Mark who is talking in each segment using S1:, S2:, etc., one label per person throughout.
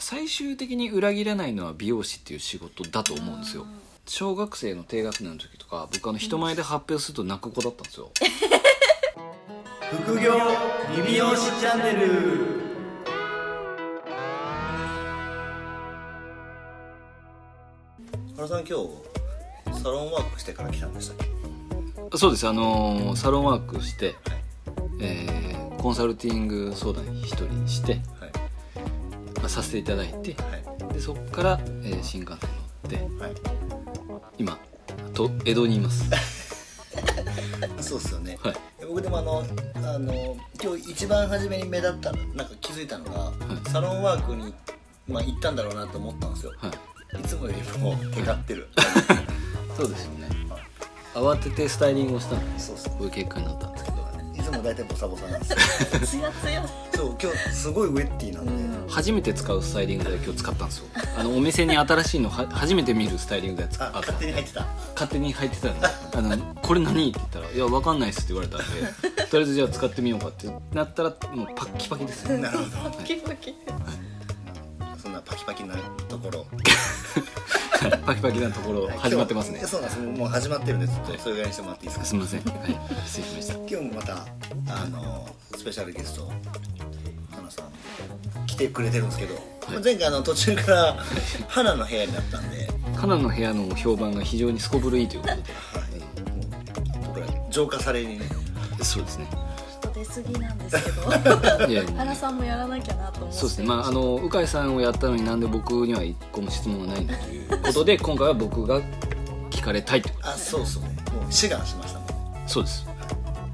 S1: 最終的に裏切らないのは美容師っていう仕事だと思うんですよ小学生の低学年の時とか僕あの人前で発表すると泣く子だったんですよ
S2: 副業リビオシチャンネル原さん今日サロンワークしてから来たんでしたっけ
S1: そうですあのーサロンワークして、えーコンサルティング相談一人して、
S2: はい
S1: まあさせていただいて
S2: はい
S1: でそこから、えー新幹線乗って
S2: はい
S1: 今と江戸にいます
S2: そうっすよね
S1: はい
S2: 僕でもあのあの今日一番初めに目立ったなんか気づいたのが、
S1: い
S2: サロンワークに、まあ、行ったんだろうなと思ったんですよ
S1: はい
S2: いつもよりも手がってる
S1: そうですよね
S2: はい
S1: 慌ててスタイリングをしたんです
S2: そうっすね
S1: こういう結果になったんですけど
S2: いつも大体ボサボサなんですよ
S3: つやつや
S2: そう今日すごいウェッティなんで、
S1: 初めて使うスタイリング台今日使ったんですよあのお店に新しいのは初めて見るスタイリング台使
S2: あ
S1: った
S2: 勝手に入ってた
S1: 勝手に入ってたんで「あのこれ何?」って言ったら「いやわかんないっす」って言われたんでとりあえずじゃあ使ってみようかってなったらもうパッキパキですね
S2: なるほど
S3: パキパキ
S2: そんなパキパキなところ
S1: パキパキなところ始まってますね
S2: そうなんですもう始まってるんですちょっとそれぐらいにしてもらっていいですか
S1: すみませんはい失礼しました
S2: 今日もまたあのスペシャルゲスト花さん来てくれてるんですけど、
S1: い
S2: 前回あの途中から花の部屋になったんで
S1: カナの部屋の評判が非常にすこぶるいいということ
S2: 僕ら浄化されにね
S1: でそうですね
S3: ちょっと出過ぎなんですけど
S1: いや
S3: 原さんもやらなきゃなと思って
S1: そうですねまああの鵜飼さんをやったのになんで僕には一個も質問がないんだということで今回は僕が聞かれたいってこと
S2: あそうそうねもう志願しましたもんね
S1: そうです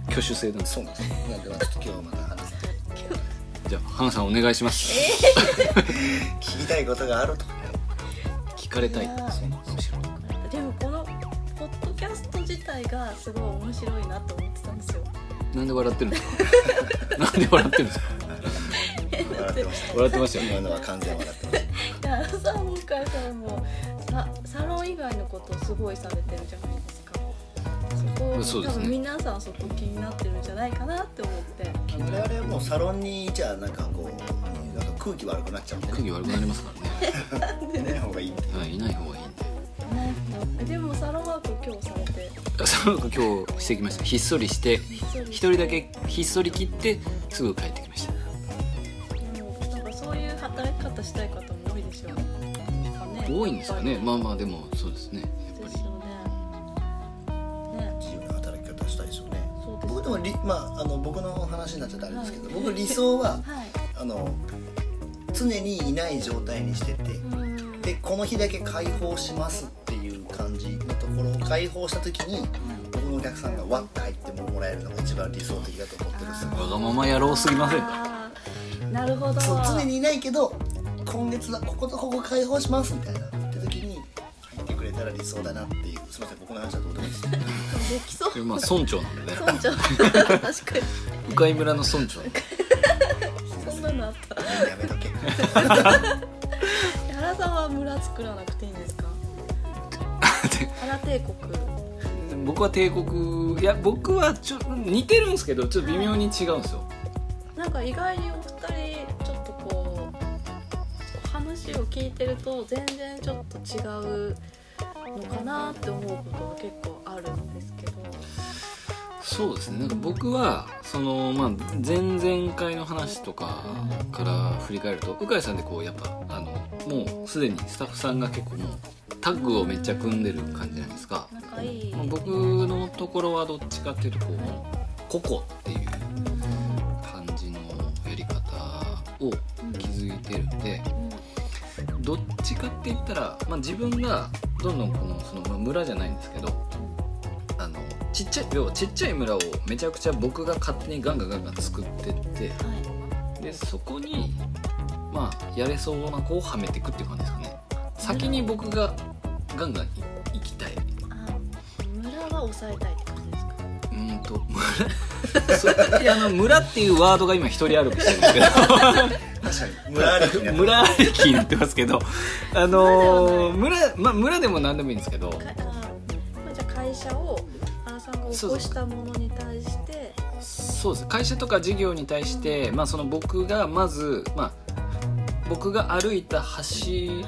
S1: 挙手制なんです
S2: そうなんですよなんでまあちょっと今日はまた花さん
S1: じゃあ花さんお願いします、
S2: 聞きたいことがあると
S1: 聞かれたい
S3: いやー
S1: そうなんですよ
S3: でもこのポッドキャスト自体がすごい面白いなと思ってたんですよ
S1: なんで笑ってるんです かなんで笑ってるんですか
S2: 笑ってました
S1: 笑ってましたよね
S2: 今のは完全に笑ってまし
S3: 原さんも向井さんもササロン以外のことをすごいされてるじゃないですかそ
S1: そう
S3: こ
S1: で
S3: 多
S1: すね
S3: 分皆さんそこ気になってるんじゃないかなって思って
S2: た我々はもうサロンにいちゃなんかこうなんか空気悪くなっちゃうんで
S1: 空気悪くなりますから
S2: 出ない方がいいって
S1: ね、はい、いない方がいいんで
S3: ねでもサロンワーク今日されて
S1: あ寒く今日してきましたひっそりして一人だけひっそり切ってすぐ帰ってきました
S3: でもなんかそういう働き方したい方も多いでしょうね
S1: 多いんですかね
S3: やっぱ
S1: まあまあでもそうですね
S3: り
S1: や
S3: で
S1: っぱ
S3: す
S1: り
S3: よねね
S2: 自由な働き方したいですよね
S3: そうです
S2: 僕でもり、まあ、あの僕の話になっちゃってあれですけど、僕理想は
S3: はい
S2: あの常にいない状態にしてて
S3: うん
S2: でこの日だけ解放しますっていう感じのところを解放した時に僕のお客さんがわって入ってもらえるのが一番理想的だと思ってるんですよ
S1: わがまま野郎すぎませんか
S3: あーなるほど
S2: そう常にいないけど今月はこことここ解放しますみたいなって時に入ってくれたら理想だなっていうすみません僕の話はどうでもいいです
S3: できそう
S1: まあ村長なんでね
S3: 村長確か
S1: 鵜飼村の村長
S3: にそんなのあった
S2: やめとけ
S3: 原さんは村作らなくていいんですか原帝国
S1: 僕は帝国いや僕はちょ似てるんですけどちょっと微妙に違うんですよ
S3: なんか意外にお二人ちょっとこう話を聞いてると全然ちょっと違うのかなって思うことが結構あるんですけど
S1: そうですねなんか僕はその、まあ、前々回の話とかから振り返ると鵜飼さんってこうやっぱあのもうすでにスタッフさんが結構もうタッグをめっちゃ組んでる感じじゃないですか、
S3: 仲いい、
S1: まあ僕のところはどっちかっていうとこう、
S3: は
S1: 個々っていう感じのやり方を気づいてるんでどっちかって言ったら、まあ、自分がどんどんこのその、まあ、村じゃないんですけどあのちっちゃい要はちっちゃい村をめちゃくちゃ僕が勝手にガンガンガンガン作ってってでそこにまあやれそうな子をはめていくっていう感じですかね先に僕がガンガンい行きたい
S3: 村は抑えたいって感じですか
S1: うーんと村 そういやあの村っていうワードが今一人歩きしてるんですけど
S2: 確かに村歩きになっ て
S1: 村歩きになってますけどあのー村,、まあ、村でも何でもいいんですけど
S3: かあまあじゃあ会社を原さんが起こしたものに対して
S1: そうです会社とか事業に対して、まあ、その僕がまず、まあ、僕が歩いた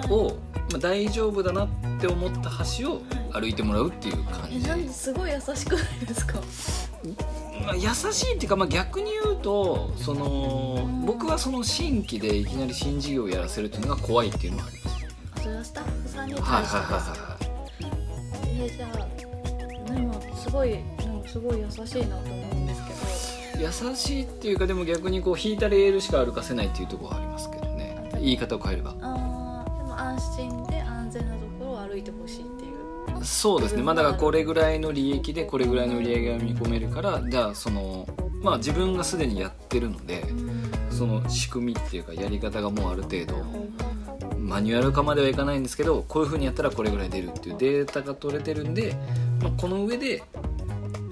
S1: 橋を、まあ、大丈夫だなって思った橋を歩いてもらうっていう感
S3: え
S1: じ、
S3: なんですごい優しくないですか
S1: まあ、優しいっていうか、まあ、逆に言うとその僕はその新規でいきなり新事業をやらせるっていうのが怖いっていうのはあります
S3: あそれはスタッフさんに
S1: はい
S3: 対して
S1: はい
S3: です
S1: はい
S3: か
S1: はい
S3: えーじゃあでもすごいなんかすごい優しいなと思うんですけど
S1: 優しいっていうかでも逆にこう引いたレールしか歩かせないっていうところはありますけどね言い方を変えれば
S3: あーでも安心で安全なところを歩いてほしいっていう
S1: そうですねまあだからこれぐらいの利益でこれぐらいの売り上げが見込めるからじゃあそのまあ自分がすでにやってるのでその仕組みっていうかやり方がもうある程度マニュアル化まではいかないんですけどこういう風にやったらこれぐらい出るっていうデータが取れてるんで、まあ、この上で、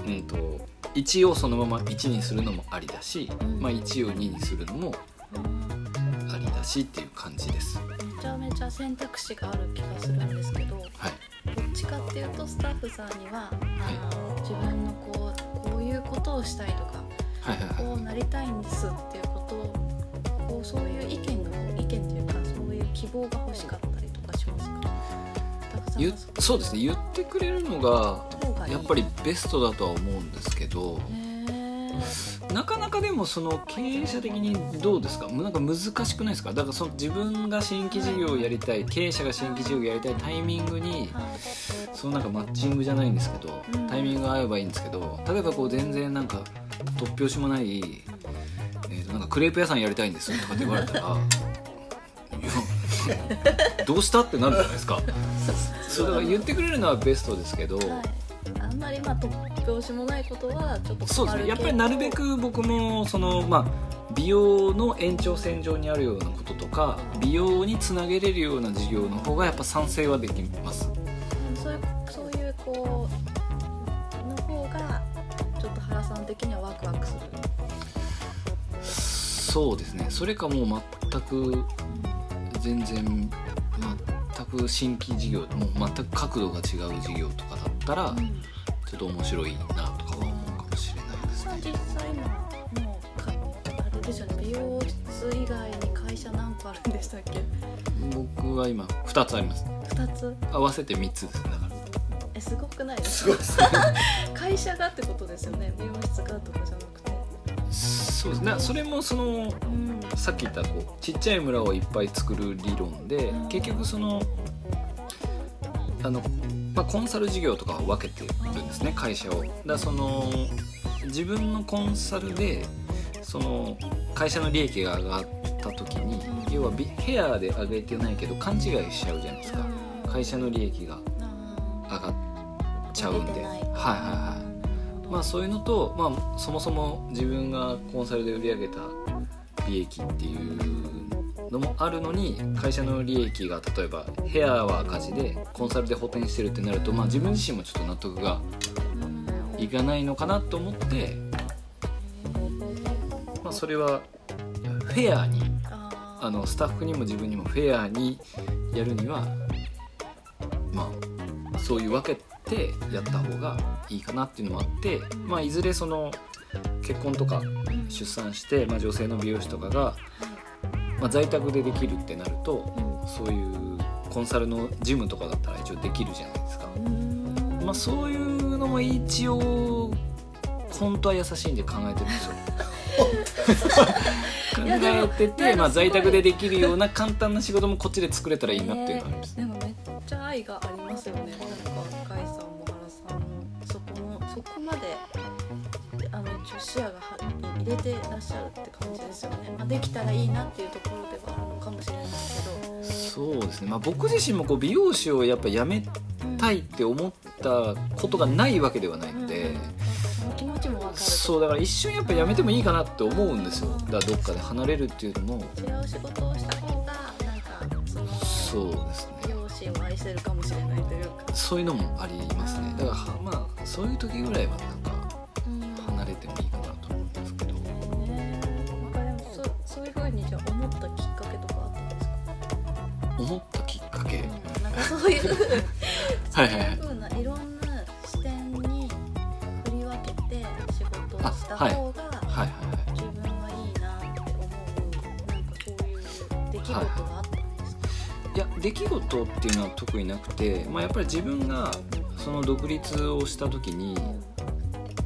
S1: うん、と1をそのまま1にするのもありだし、まあ、1を2にするのもありだしっていう感じです。
S3: めちゃめちゃ選択肢がある気がするんですけどどっ
S1: はい、
S3: ちかっていうとスタッフさんにはあの自分のこうこういうことをしたいとか
S1: はいはい
S3: こ
S1: は
S3: うなりたいんですっていうことをこうそういう意見が意見というかそういう希望が欲しかったりとかしますかたくさ
S1: い、
S3: ん
S1: ゆそうですね言ってくれるのが
S3: 方がいい
S1: やっぱりベストだとは思うんですけど
S3: へー
S1: なかなかでもその経営者的にどうですかなんか難しくないですかだからその自分が新規事業をやりたい経営者が新規事業をやりたいタイミングに
S3: はい
S1: そのなんかマッチングじゃないんですけど
S3: うん
S1: タイミングが合えばいいんですけど例えばこう全然なんか突拍子もない、えーとなんかクレープ屋さんやりたいんですとかって言われた らいやどうしたってなるじゃないですか。そうだから言ってくれるのはベストですけど、
S3: はい、あんまりまあ突拍子もないことはちょっと
S1: そうですねやっぱりなるべく僕もそのまあ美容の延長線上にあるようなこととか美容につなげれるような事業の方がやっぱ賛成はできます
S3: うんそういうそういうこうの方がちょっと原さん的にはワクワクする、
S1: そうですねそれかもう全く全然全く新規事業もう全く角度が違う事業とかだったら
S3: うん
S1: ちょっと面白いなとかは思うかもしれないです
S3: さん
S1: ね
S3: 実際今もうかあれですよね美容室以外に会社何個あるんでしたっけ
S1: 僕は今2つあります
S3: 2つ
S1: 合わせて3つですねだから
S3: えすごくないです
S2: す
S3: か
S2: ごいですね
S3: 会社がってことですよね美容室がとかじゃなくて
S1: そうですねそれもその
S3: うん
S1: さっき言ったこうちっちゃい村をいっぱい作る理論で結局そのあの、まあ、コンサル事業とかを分けてるんですね会社を。だからその自分のコンサルでその会社の利益が上がった時に要はビヘアで上げてないけど勘違いしちゃうじゃないですか会社の利益が
S3: あ
S1: 上がっちゃうんで。
S3: 出て
S1: は
S3: ないい
S1: はいはいまあ、そういうのと、まあ、そもそも自分がコンサルで売り上げた利益っていうのもあるのに会社の利益が例えばヘアは赤字でコンサルで補填してるってなると、まあ、自分自身もちょっと納得が
S3: ーうん
S1: いかないのかなと思って、まあ、それはフェアに
S3: あー
S1: あのスタッフにも自分にもフェアにやるにはまあそういう分けてやった方がいいかなっていうのもあって、まあ、いずれその結婚とか
S3: うん
S1: 出産して、まあ、女性の美容師とかが、まあ、在宅でできるってなるとそういうコンサルのジムとかだったら一応できるじゃないですか、
S3: うん
S1: まあ、そういうのも一応本当は優しいんで考えてるんですよ考
S3: いやでも
S1: えて
S3: な
S1: て、
S3: んか
S1: まあ、
S3: すご
S1: 在
S3: い
S1: 宅でできるような簡単な仕事もこっちで作れたらいいなっていうのがあります、
S3: ねえでもめっちゃ愛がありますよねなんか甲斐さんも原さんもそこのそこまであの一応視野がは入れてらっしゃるって感じですよね、まあ、できたらいいなっていうところではあるのかもしれないけど
S1: そうですね、まあ、僕自身もこう美容師をやっぱ辞めたいって思ったことがないわけではないので、
S3: うんその気持ちもわかる
S1: そうだから一瞬やっぱやめてもいいかなって思うんですよだからどっかで離れるっていうのも
S3: 違う仕事をした方がなんかその
S1: そうです
S3: 美
S1: ね
S3: 容師を愛してるかもしれないというか、
S1: そういうのもありますねだからはまあそういう時ぐらいはなんか
S3: うん
S1: 離れてもいいかなと思うんですけど
S3: ねえなんかでもそうそういうふうにじゃあ思ったきっかけとかあったんですか
S1: 思ったきっかけ
S3: なんかそういう
S1: はいはいはい
S3: 風ないろんな視点に振り分けて仕事をした方が
S1: はいはいはい
S3: 自分はいいなって思うなんかそういう出来事が
S1: や出来事っていうのは特になくて、まあ、やっぱり自分がその独立をした時に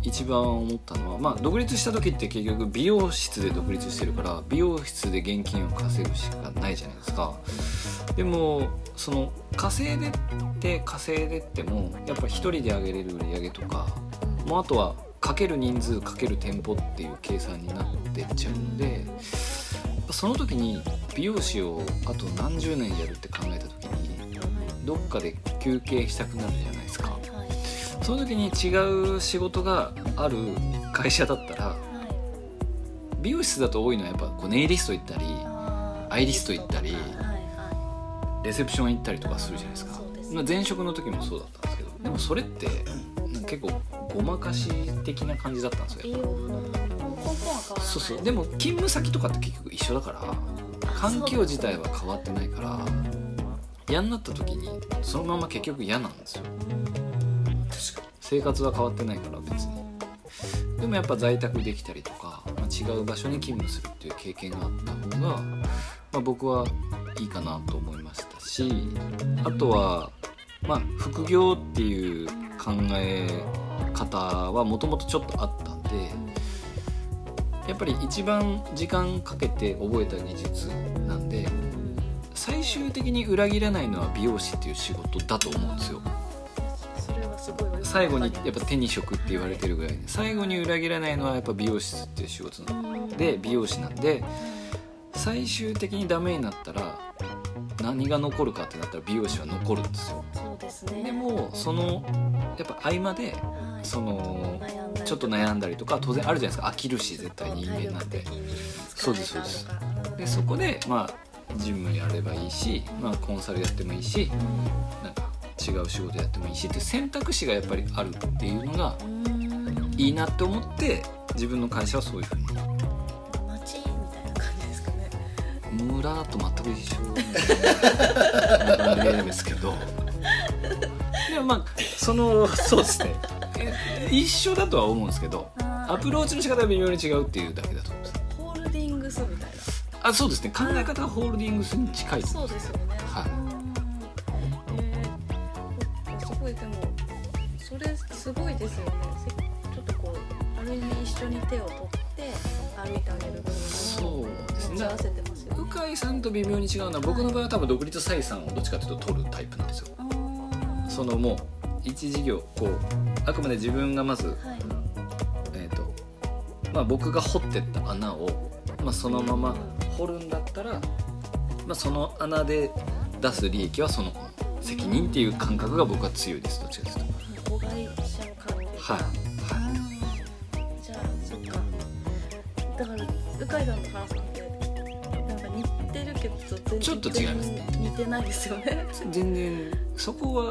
S1: 一番思ったのは、まあ、独立した時って結局美容室で独立してるから美容室で現金を稼ぐしかないじゃないですかでもその稼いでって稼いでってもやっぱ一人で上げれる売り上げとかもうあとはかける人数かける店舗っていう計算になってっちゃうのでその時に美容師をあと何十年やるって考えた時にどっかで休憩したくなるじゃないですか
S3: はい
S1: その時に違う仕事がある会社だったら
S3: はい
S1: 美容室だと多いのはやっぱこうネイリスト行ったり
S3: あー
S1: アイリスト行ったり
S3: はいは
S1: レセプション行ったりとかするじゃないですか
S3: そうですね
S1: まあ前職の時もそうだったんですけどでもそれってなんか結構ごまかし的な感じだったんですよ
S3: い美容の根本は変わらない
S1: そうそうでも勤務先とかって結局一緒だから環境自体は変わってないから嫌になった時にそのまま結局嫌なんですよ生活は変わってないから別にでもやっぱ在宅できたりとか、まあ違う場所に勤務するっていう経験があった方が、まあ、僕はいいかなと思いましたしあとは、まあ、副業っていう考え方はもともとちょっとあったんでやっぱり一番時間かけて覚えた技術なんで最終的に裏切らないのは美容師っていう仕事だと思うんですよ
S3: それはすごいよく
S1: 最後にやっぱ
S3: わか
S1: 手に職って言われてるぐらいで最後に裏切らないのはやっぱ美容師っていう仕事なん
S3: ります
S1: で美容師なんで最終的にダメになったら何が残るかってなったら美容師は残るんですよ
S3: そうですね
S1: でもそのやっぱ合間で
S3: はい
S1: その
S3: 悩んだり
S1: ちょっと悩んだりとか当然あるじゃないですか飽きるし絶対人間なんて
S3: 体力的に
S1: そうですそうです
S3: 疲れたとか
S1: でそこでまあジムやればいいし、まあ、コンサルやってもいいしなんか違う仕事やってもいいしっていう選択肢がやっぱりあるっていうのが
S3: うんうん
S1: いいなって思って自分の会社はそういう風に
S3: 街みたいな感じですかね
S1: 村と全く一緒なんでなんですけどでもまあそのそうですねえ一緒だとは思うんですけどア
S3: ア
S1: プローチの仕方が微妙に違うっていうだけだと思うんです
S3: ホールディングスみたい
S1: あそうですね考え方がホールディングスに近い
S3: なそうですよね
S1: はい
S3: うんえーすごいでもそれすごいですよねせちょっとこうある意味一緒に手を取って歩いてあげる部分
S1: そうです
S3: 持
S1: ね
S3: ち合わせてますよ
S1: 鵜
S3: ね
S1: 飼さんと微妙に違うのは僕の場合は多分独立採算をどっちかというと取るタイプなんですよ
S3: あー
S1: そのもう一事業こうあくまで自分がまず
S3: はい
S1: えーとまあ、僕が掘ってった穴を、まあ、そのまま掘るんだったら、まあ、その穴で出す利益はその責任っていう感覚が僕は強いですどっちかというと
S3: 子会社を買
S1: は
S3: うと
S1: い、は
S3: じゃあそっかだから鵜飼さんと原さんってなんか似てるけど全然
S1: ちょっと違いますね
S3: 似てないですよね
S1: い、全然そこは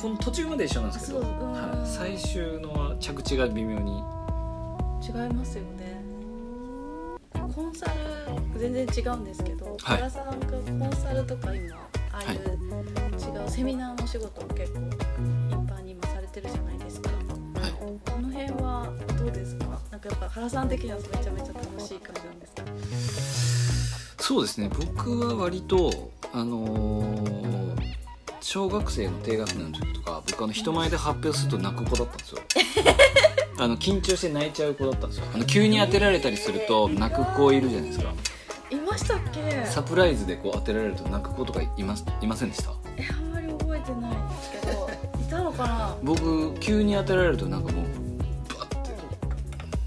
S1: この途中まで一緒なんですけど、
S3: そううん
S1: はい、最終の着地が微妙に
S3: 違いますよねコンサル全然違うんですけど、
S1: はい
S3: 原さんがコンサルとか今ああいう違うセミナーの仕事を結構一般に今されてるじゃないですか、
S1: はい
S3: この辺はどうですかなんかやっぱ原さん的にはめちゃめちゃ楽しい感じなんですか
S1: そうですね僕は割とあのー小学生の低学年の時とか僕あの人前で発表すると泣く子だったんですよあの緊張して泣いちゃう子だったんですよあの急に当てられたりすると泣く子いるじゃないですか
S3: いましたっけ
S1: サプライズでこう当てられると泣く子とかいますいませんでした
S3: えあんまり覚えてないんですけどいたの かな
S1: 僕急に当てられるとなんかもうバッて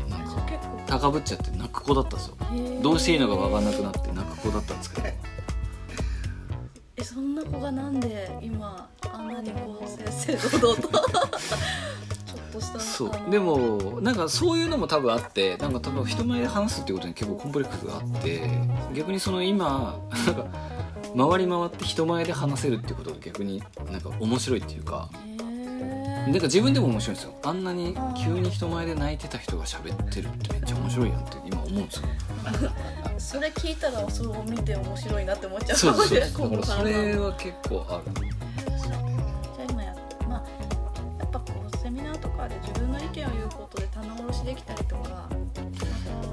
S1: なんか
S3: 結構
S1: 高ぶっちゃって泣く子だったんですよ
S3: へー
S1: どうしていいのか分かんなくなって泣く子だったんですけど
S3: えそんな子がなんで今あんなにこう正々 堂々とちょっとした
S1: そう
S3: あの
S1: でもなんかそういうのも多分あってなんか多分人前で話すっていうことに結構コンプレックスがあって逆にその今なんか回り回って人前で話せるっていうことが逆になんか面白いっていうか
S3: へー
S1: なんか自分でも面白いんですよあんなに急に人前で泣いてた人が喋ってるってめっちゃ面白いやんって今思うんですよ
S3: それ聞いたらそれを見て面白いなって思っちゃう
S1: そうそうそうだ
S3: 今
S1: か
S3: 後
S1: ら
S3: から
S1: そ
S3: な
S1: れは結構ある
S3: じゃあ今やまあやっぱこうセミナーとかで自分の意見を言うことで棚卸しできたりとか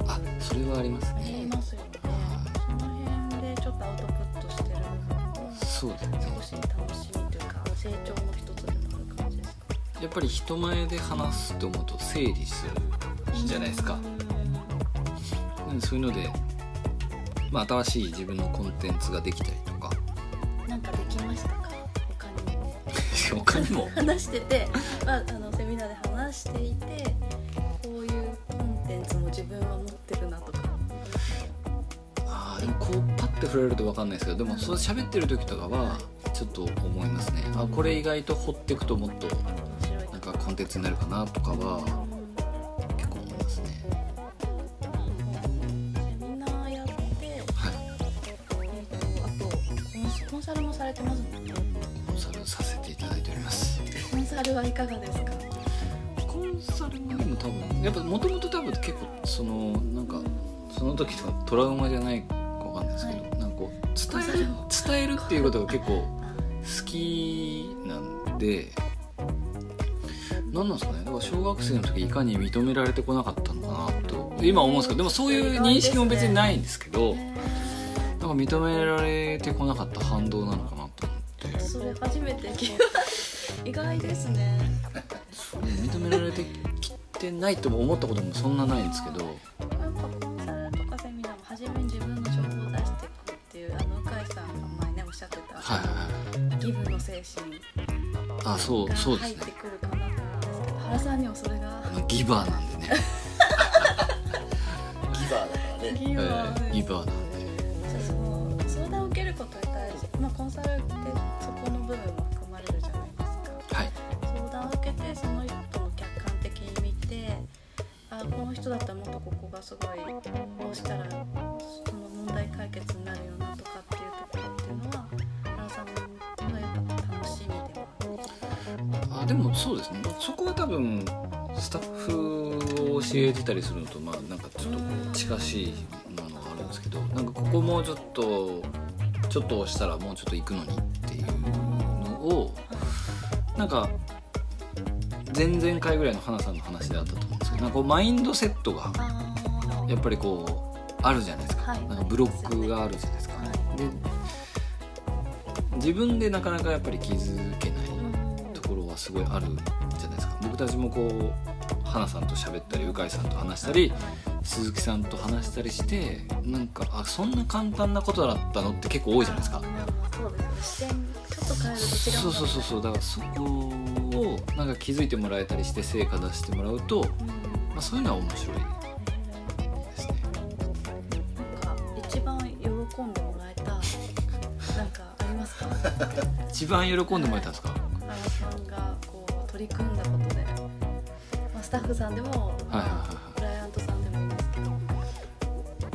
S1: あそれはあります
S3: あり
S1: ね
S3: ますよねその辺でちょっとアウトプットしてる部分も
S1: そうだよね
S3: 少し楽しみというか成長の一つでもある感じですか
S1: やっぱり人前で話すって思うと整理するじゃないですかうんそういうので、まあ、新しい自分のコンテンツができたりとか
S3: なんかできましたか他にも
S1: 他にも
S3: 話してて、まあ、あのセミナーで話していてこういうコンテンツも自分は持ってるなとか
S1: あーでもこうパッて触れると分かんないですけどでもそう喋ってる時とかはちょっと思いますねあこれ意外と掘っていくともっと
S3: 面白い
S1: なんかコンテンツになるかなとかは結構思いますね
S3: セミナーやって、えっ
S1: はい
S3: とあとコンコンサルもされてますもんね
S1: コンサルさせていただいております
S3: コンサルはいかがですか
S1: コンサルもでも多分やっぱもともと多分結構そのなんかその時のトラウマじゃないかわかんないですけど、なんかこう伝える伝えるっていうことが結構好きなんで何なんですかねだから小学生の時いかに認められてこなかったのかなと今思うんですけどでもそういう認識も別にないんですけどなんか認められてこなかった反動なのかなと思って
S3: それ初めて聞きま意外ですね
S1: そう認められてきてないとも思ったこともそんなないんですけど
S3: やっぱコンサルとかセミナーも初めに自分の情報を出していくっていうあの向井さんが前ねおっしゃってた、
S1: はいはいはい
S3: ギブの精神
S1: あそう
S3: が
S1: そうで
S3: 入っ
S1: す
S3: て
S1: ね
S3: くるかなと思うんですけど原さんにもそれが
S1: あのギバーなんでね、
S2: ギバーだからね
S3: ギ
S1: え
S3: ブ
S1: ーギバーなんで
S3: じゃあその相談を受けることに対して、まあ、コンサルってそこの部分も含まれるじゃないですか
S1: はい
S3: 相談を受けてその人を客観的に見てあこの人だったらもっとここがすごいこうしたらその問題解決になるよなとかっていうところっていうのは原さんのやっぱ楽しみでは
S1: あでもそうですねそこは多分スタッフを教えてたりするのとまあなんかちょっとこう近しいものがあるんですけどなんかここもうちょっとちょっと押したらもうちょっと行くのにっていうのをなんか前々回ぐらいの花さんの話であったと思うんですけどなんかこうマインドセットが
S3: あ
S1: やっぱりこうあるじゃないですか,、
S3: はい
S1: なんかブロックがあるじゃないですか、
S3: はい
S1: で自分でなかなかやっぱり気づけないところはすごいあるじゃないですか僕たちもこう花さんと喋ったり鵜飼さんと話したり鈴木さんと話したりしてなんかあそんな簡単なことだったのって結構多いじゃないですか
S3: そうですね視点ちょっと変える
S1: そ
S3: と違う
S1: うそうそうそうだからそこをなんか気づいてもらえたりして成果出してもらうと、
S3: うん
S1: まあ、そういうのは面白いですね
S3: なんか一番喜んでもらえたなんかありますか
S1: 一番喜んでもらえたんですか
S3: 原さんがこう取り組んだことで、まあ、スタッフさんでも、
S1: はいはいはい
S3: ま
S1: はい
S3: あクライアントさんでもいいですけど、
S1: 取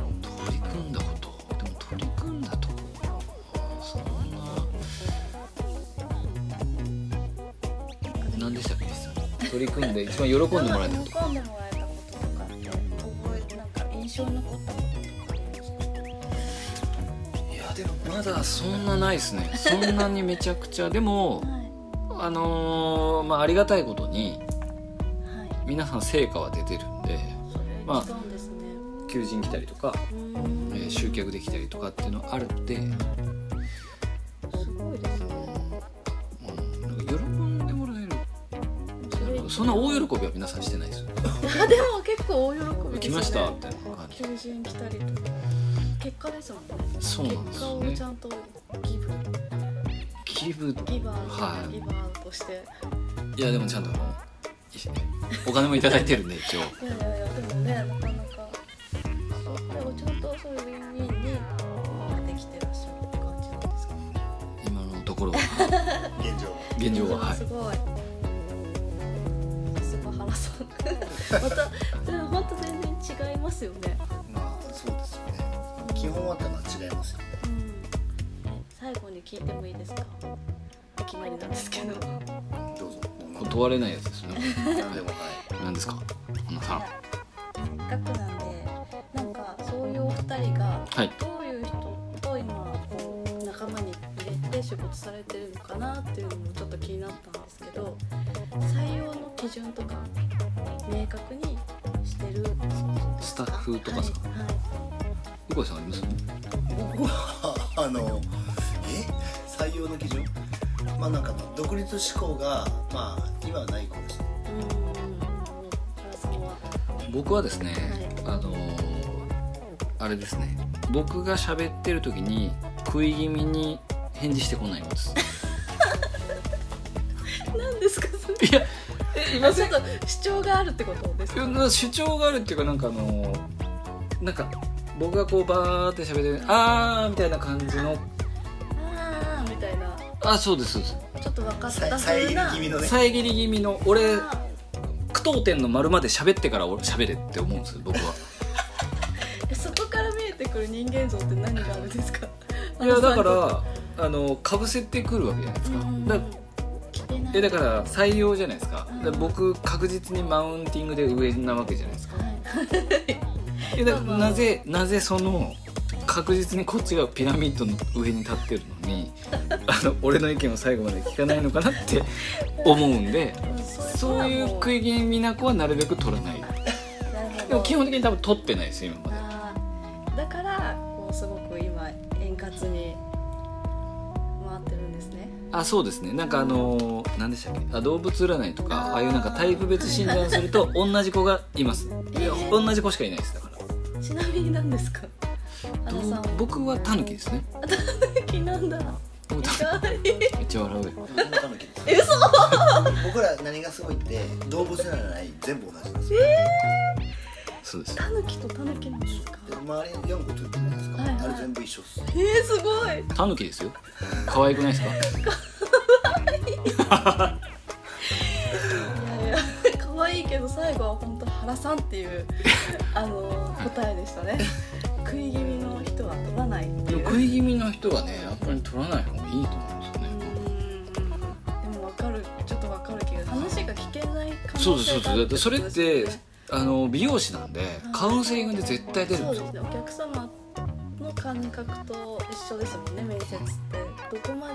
S1: り組んだことでも取り組んだとこそんな何でしたっけリスさん取り組んで一番喜んでもらえたこ
S3: 喜んでもらえたこととかって覚えなんか印象に残ったこととかありますか
S1: といやでもまだそんなないですねそんなにめちゃくちゃでも
S3: はい
S1: あのーまあありがたいことに
S3: はい
S1: 皆さん成果は出てるんで
S3: それ
S1: まあ
S3: 一番ですね、
S1: 求人来たりとか、
S3: う
S1: え
S3: ーん
S1: ー集客できたりとかっていうのあるんで、
S3: すごいですね
S1: うんなんか喜んでもらえるそんな大喜びは皆さんしてないですよ
S3: いやでも結構大喜びです
S1: 来
S3: よね
S1: ましたみたいな感じ
S3: 求人来たりとか結果ですもんね
S1: そうなんで
S3: 結
S1: す
S3: 果
S1: よ
S3: を
S1: ね
S3: ちゃんとギブ
S1: ギブ
S3: ギバー、
S1: はい
S3: ギバーとして
S1: いやでもちゃんとあのいお金もいただいてるんで一応
S3: いやいやいやでもねなかなかそうでもちゃんとそういうウィンウィンにできてらっしゃる感じなんですか
S1: 今のところは
S2: 現状
S1: 現状ははい
S3: すごいさすが原さんまたでも本当全然違いますよね、
S2: まあそうですよね基本はだから違いますよね
S3: うん、え最後に聞いてもいいですかいきなりなんですけど
S2: どうぞ
S1: 断れないやつですね
S2: 何でもはい
S1: 何ですか花さん
S3: せっかくなんでなんかそういうお二人が
S1: はい
S3: どういう人と今こう仲間に入れて仕事されてるのかなっていうのもちょっと気になったんですけど採用の基準とか明確にしてる
S1: スタッフとかですか
S3: はい、は
S1: うこいさんあります
S2: 僕はあのえ採採用の基準まあなんかまあ独立志向がまあ今はない子ですね
S3: 原さんは
S1: 僕はですね、
S3: はい
S1: あのーあれですね僕が喋ってる時に食い気味に返事してこないんです
S3: 何ですかそれ
S1: いやえいま
S3: ち
S1: せ
S3: ょ
S1: ん
S3: っと主張があるってことですか
S1: 主張があるっていうかなんかあのーなんか僕がこうバーって喋って「あー」みたいな感じの
S3: ああみたいな
S1: 「あそうですそうです
S3: ちょっと分かっ
S2: さ
S3: た
S2: 遮
S3: 風
S2: り
S3: な
S2: 気味のね
S1: 遮り気味の俺
S3: あ
S1: 句読点の丸まで喋ってから俺喋れって思うんですよ僕は
S3: ーそこから見えてくる人間像って何があるんですか
S1: いやだからあのかぶせてくるわけじゃないですかだからえだから採用じゃないですか
S3: うん、
S1: だから僕確実にマウンティングで上なわけじゃないですから
S3: はい
S1: えだ
S3: まあまあ
S1: なぜなぜその確実にこっちがピラミッドの上に立ってるの にあの俺の意見を最後まで聞かないのかなって思うんで
S3: うんそれ
S1: そういう食い気味な子はなるべく取らない
S3: なるほど
S1: でも基本的に多分取ってないですよ今まで
S3: あーだからこうすごく今円滑に回ってるんですね
S1: あそうですねなんかあのー何でしたっけあ動物占いと
S3: あー
S1: かああいうなんかタイプ別診断すると同じ子がいます
S3: えー
S1: 同じ子しかいないですだから
S3: ちなみに何ですか
S1: ど
S3: 花
S1: う
S3: さん
S1: 僕はタヌキですね
S3: タヌキなんだ
S1: 僕タヌキ
S3: かわいい
S1: めっちゃ笑うよ
S2: 僕もタヌキです
S3: え嘘
S2: 僕ら何がすごいって動物ならない全部同じなんですよ
S1: そうです
S3: タヌキとタヌキなんですか
S2: で周りに4個ついてるじゃないですか、
S3: はいはい
S2: あれ全部一緒っす
S3: えー、すごい
S1: タヌキですよ可愛くないですか
S3: いやいや可愛いけど最後は本当原さんっていうあの答えでした ね食い気味の人は取らないって
S1: でも
S3: いう
S1: 食い気味の人はねやっぱり取らない方がいいと思うんですよ
S3: う
S1: ね、
S3: んでも分かるちょっと分かる気が話が聞けない可能性
S1: そうですそうです
S3: があ
S1: だ
S3: る
S1: ってそれっ
S3: こと
S1: て
S3: ですよね
S1: あの美容師なんでカウンセリングで絶対出るん
S3: そ
S1: でよ
S3: うですすねお客様の感覚と一緒ですもんね面接ってどこま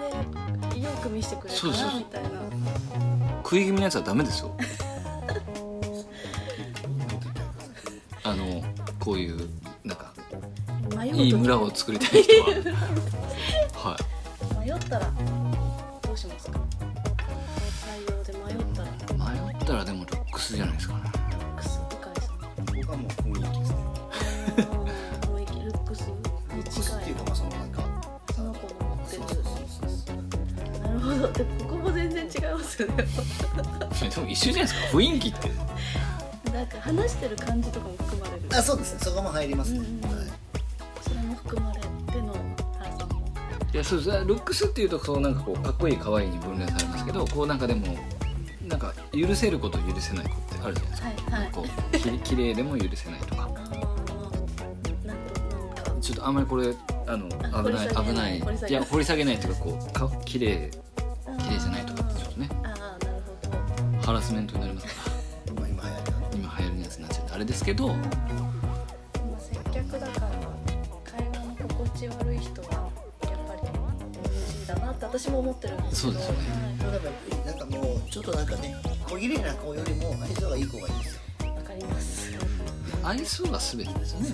S3: でよく見せてくれるか
S1: そうそう
S3: な
S1: そう
S3: みたいな
S1: 食い気味のやつはダメです よあのこういうなんか
S3: 迷うと
S1: いい村を作りたい人 ははい
S3: 迷ったらどうしますか採用で迷ったら
S1: 迷ったらでもルックスじゃないですかね
S3: クスとかですね
S2: 僕はもう雰囲気ですね
S3: 思い切ルックスに
S2: ルックスって
S3: 違
S2: い
S3: いう
S2: かまあそのなんか
S3: その子の持って
S2: そ
S3: る
S2: うそうそうそう
S3: なるほどでここも全然違いますよね
S1: でも一緒じゃないですか雰囲気って
S3: なんか話してる感じとかも含まれる
S2: あそうですねそこも入りますね、
S3: うんうんうん
S2: はい
S3: それも含まれての原さんも
S1: いやそうですルックスっていうとそうなんかこうかっこいい可愛いに分類されますけどこうなんかでもなんか許せること許せない子ってあるじゃないですか、
S3: はいはい
S1: こうき綺麗でも許せないとか
S3: あーなんとなんか
S1: ちょっとあんまりこれあの
S3: あ
S1: 危ない危ない
S3: 掘り下げない
S1: いや掘り下げないっていうかこうか綺麗綺麗じゃないとかってちょっとね
S3: あーあーなるほど
S1: ハラスメントになりますから
S2: まあ今流行りなんで
S1: 今流行りのやつになっちゃってあれですけど
S3: 今接客だから会話の心地悪い人はやっぱり NG だなって私も思ってるんですけど
S1: そうですよね
S2: もうだからやっぱりなんかもうちょっとなんかね小綺麗な子よりも愛想がいい子がいいですよ
S3: はいわかります
S1: 愛想が全てですよね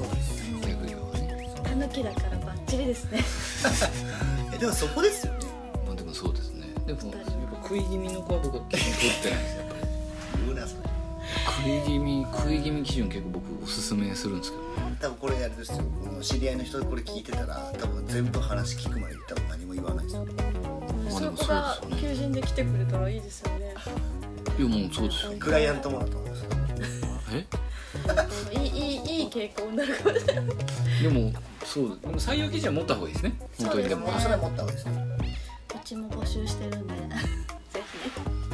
S1: 逆業はね
S3: タヌキだからバッチリですね
S2: えでもそこですよね
S1: まあでもそうですねでもやっぱ食い気味の子は僕は気に取ってないですよ
S2: 言うなそれ
S1: 食い気味食い気味基準結構僕おすすめするんですけど
S2: 多分これあれですよこの知り合いの人これ聞いてたら多分全部話聞くまで多分何も言わないですよ
S1: まあ
S3: そ
S1: で
S3: の
S1: も
S3: 子
S1: そう
S3: が
S1: ですよ
S3: 求人で来てくれたらいいですよね
S1: いやもうそうですよ
S2: クライアントもだと思います
S1: え
S3: いいいいいい傾向になるかもしれない
S1: でもそうでも採用基準は持った方がいいですね本当にで
S2: で
S1: も
S2: もそれは持った方がいいですね
S3: うちも募集してるんで ぜ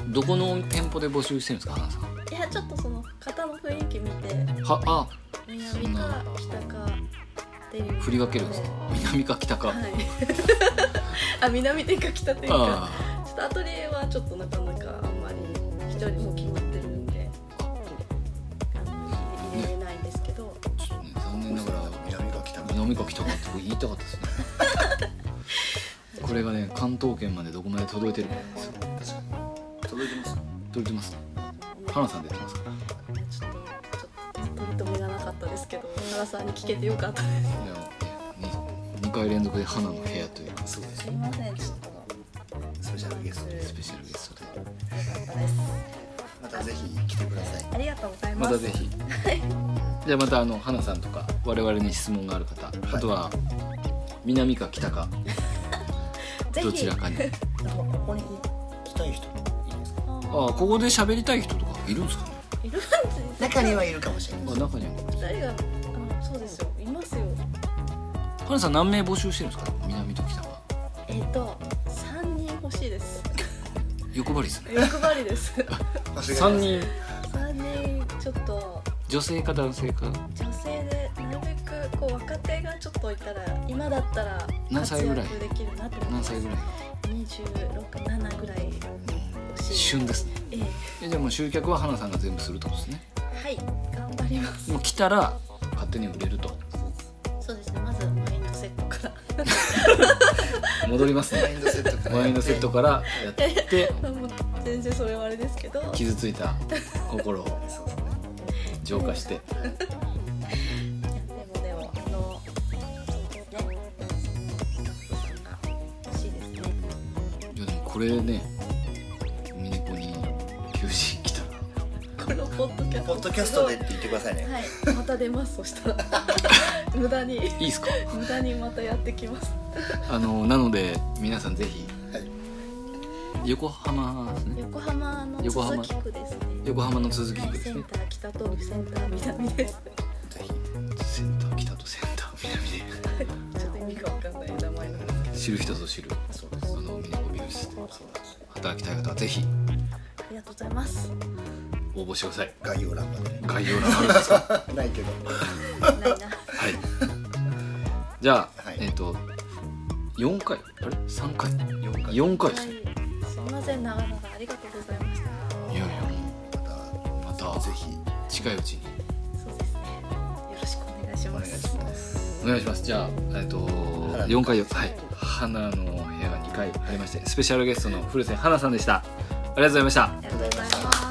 S1: どこの店舗で募集してるんですか花さん
S3: ひいやちょっとその方の雰囲気見て
S1: はあ
S3: 南か北かっていう
S1: 振り分けるんですか南か北か、
S3: はい あ南店か北店か
S1: あ
S3: ちょっとアトリエはちょっとなかなかあんまり人にも決まってるんであの入れ入れないんですけど
S1: あちょっとね残念ながら
S2: 南が来た
S1: 南か北かって僕言いたかったですねこれがね関東圏までどこまで届いてるかなんですよ
S2: 届いてます
S1: 届いてます花さん出てますから
S3: ちょっとちょっと取り留めがなかったですけど原さんに聞けてよかったで
S1: い
S3: す
S1: やいや 2, 回連続で花の部屋という
S2: そうです
S3: すいませんちょっと
S2: シャルゲストで
S1: スペシャルゲストで
S3: ったです
S2: またぜひ来てください
S3: ありがとうございま
S1: ますたぜひじゃあまたあの花さんとか我々に質問がある方、あとは南か北か
S3: ぜひ
S1: どちらかに
S2: なんかここに来たい人いいですか
S1: あここで喋りたい人とかいるんですかね
S3: いるんです
S2: 中にはいるかもしれ
S1: あ
S2: ない
S1: 中には
S3: 誰があそうですよいますよ
S1: 花さん何名募集してるんですか南と北は
S3: えっ、と三人欲しいです
S1: 欲張りですね
S3: 欲張りです
S1: 3人
S3: 三人ちょっと
S1: 女性か男性か
S3: 女性でなるべくこう若手がちょっといたら今だったら
S1: 何歳ぐらい
S3: 活躍できるなって思いま
S1: 何
S3: す
S1: 歳ぐらい
S3: 二十六七ぐらい欲しい
S1: 旬ですね
S3: ええ
S1: えじゃあもう集客は花さんが全部するってことですね
S3: はい頑張ります
S1: もう来たら勝手に売れると
S3: そうですねまずマインドセットから
S1: 戻ります
S2: マ
S1: ね
S2: インドセットから
S1: マインドセットからやって
S3: もう全然それはあれですけどちょ
S1: 傷ついた心を
S2: そうですね
S1: 浄化して
S3: でもでもあのそうねタップさんが欲しいですね
S1: いやでもこれねミネコに休止来たら
S3: このポッドキャスト
S2: ポッドキャストでって言ってくださいね
S3: はいまた出ますそしたら無駄に
S1: いいですか
S3: 無駄にまたやってきます
S1: あのなので皆さんぜひ
S2: はい
S1: 横浜ですね
S3: 横浜の
S1: 横浜
S3: 鈴木区ですね
S1: 横浜の鈴木
S3: は
S1: 区
S3: い
S1: です
S3: セン
S1: ね
S3: ター北東部センター南です
S2: ぜ
S1: センター北とセンター南で
S3: ちょっと意味がわかんない名前なんです
S1: 知る人ぞ知る
S2: ひそうです
S1: あのミネコ美容室で働きたい方はぜひ
S3: ありがとうございます
S1: 応募してください
S2: 概要欄まで
S1: 概要欄あるんですか
S2: ないけ ど
S3: ないな
S1: はいじゃあ、
S2: はい
S1: えっ、と4回あれ3回
S2: 4回
S1: 4回
S3: は
S1: ですね
S3: いすいません長々ありがとうございました
S1: いやいやも
S2: また
S1: うまた
S2: ぜひ
S1: 近いうちに
S3: そうですねよろしくお願いし
S2: お
S3: ま
S2: 願い
S3: す
S2: します
S1: お願いしますじゃあえっ、と
S2: 花
S1: 4回はい花の部屋が2回ありましてスペシャルゲストの古瀬花さんでしたありがとうございました
S3: ありがとうございます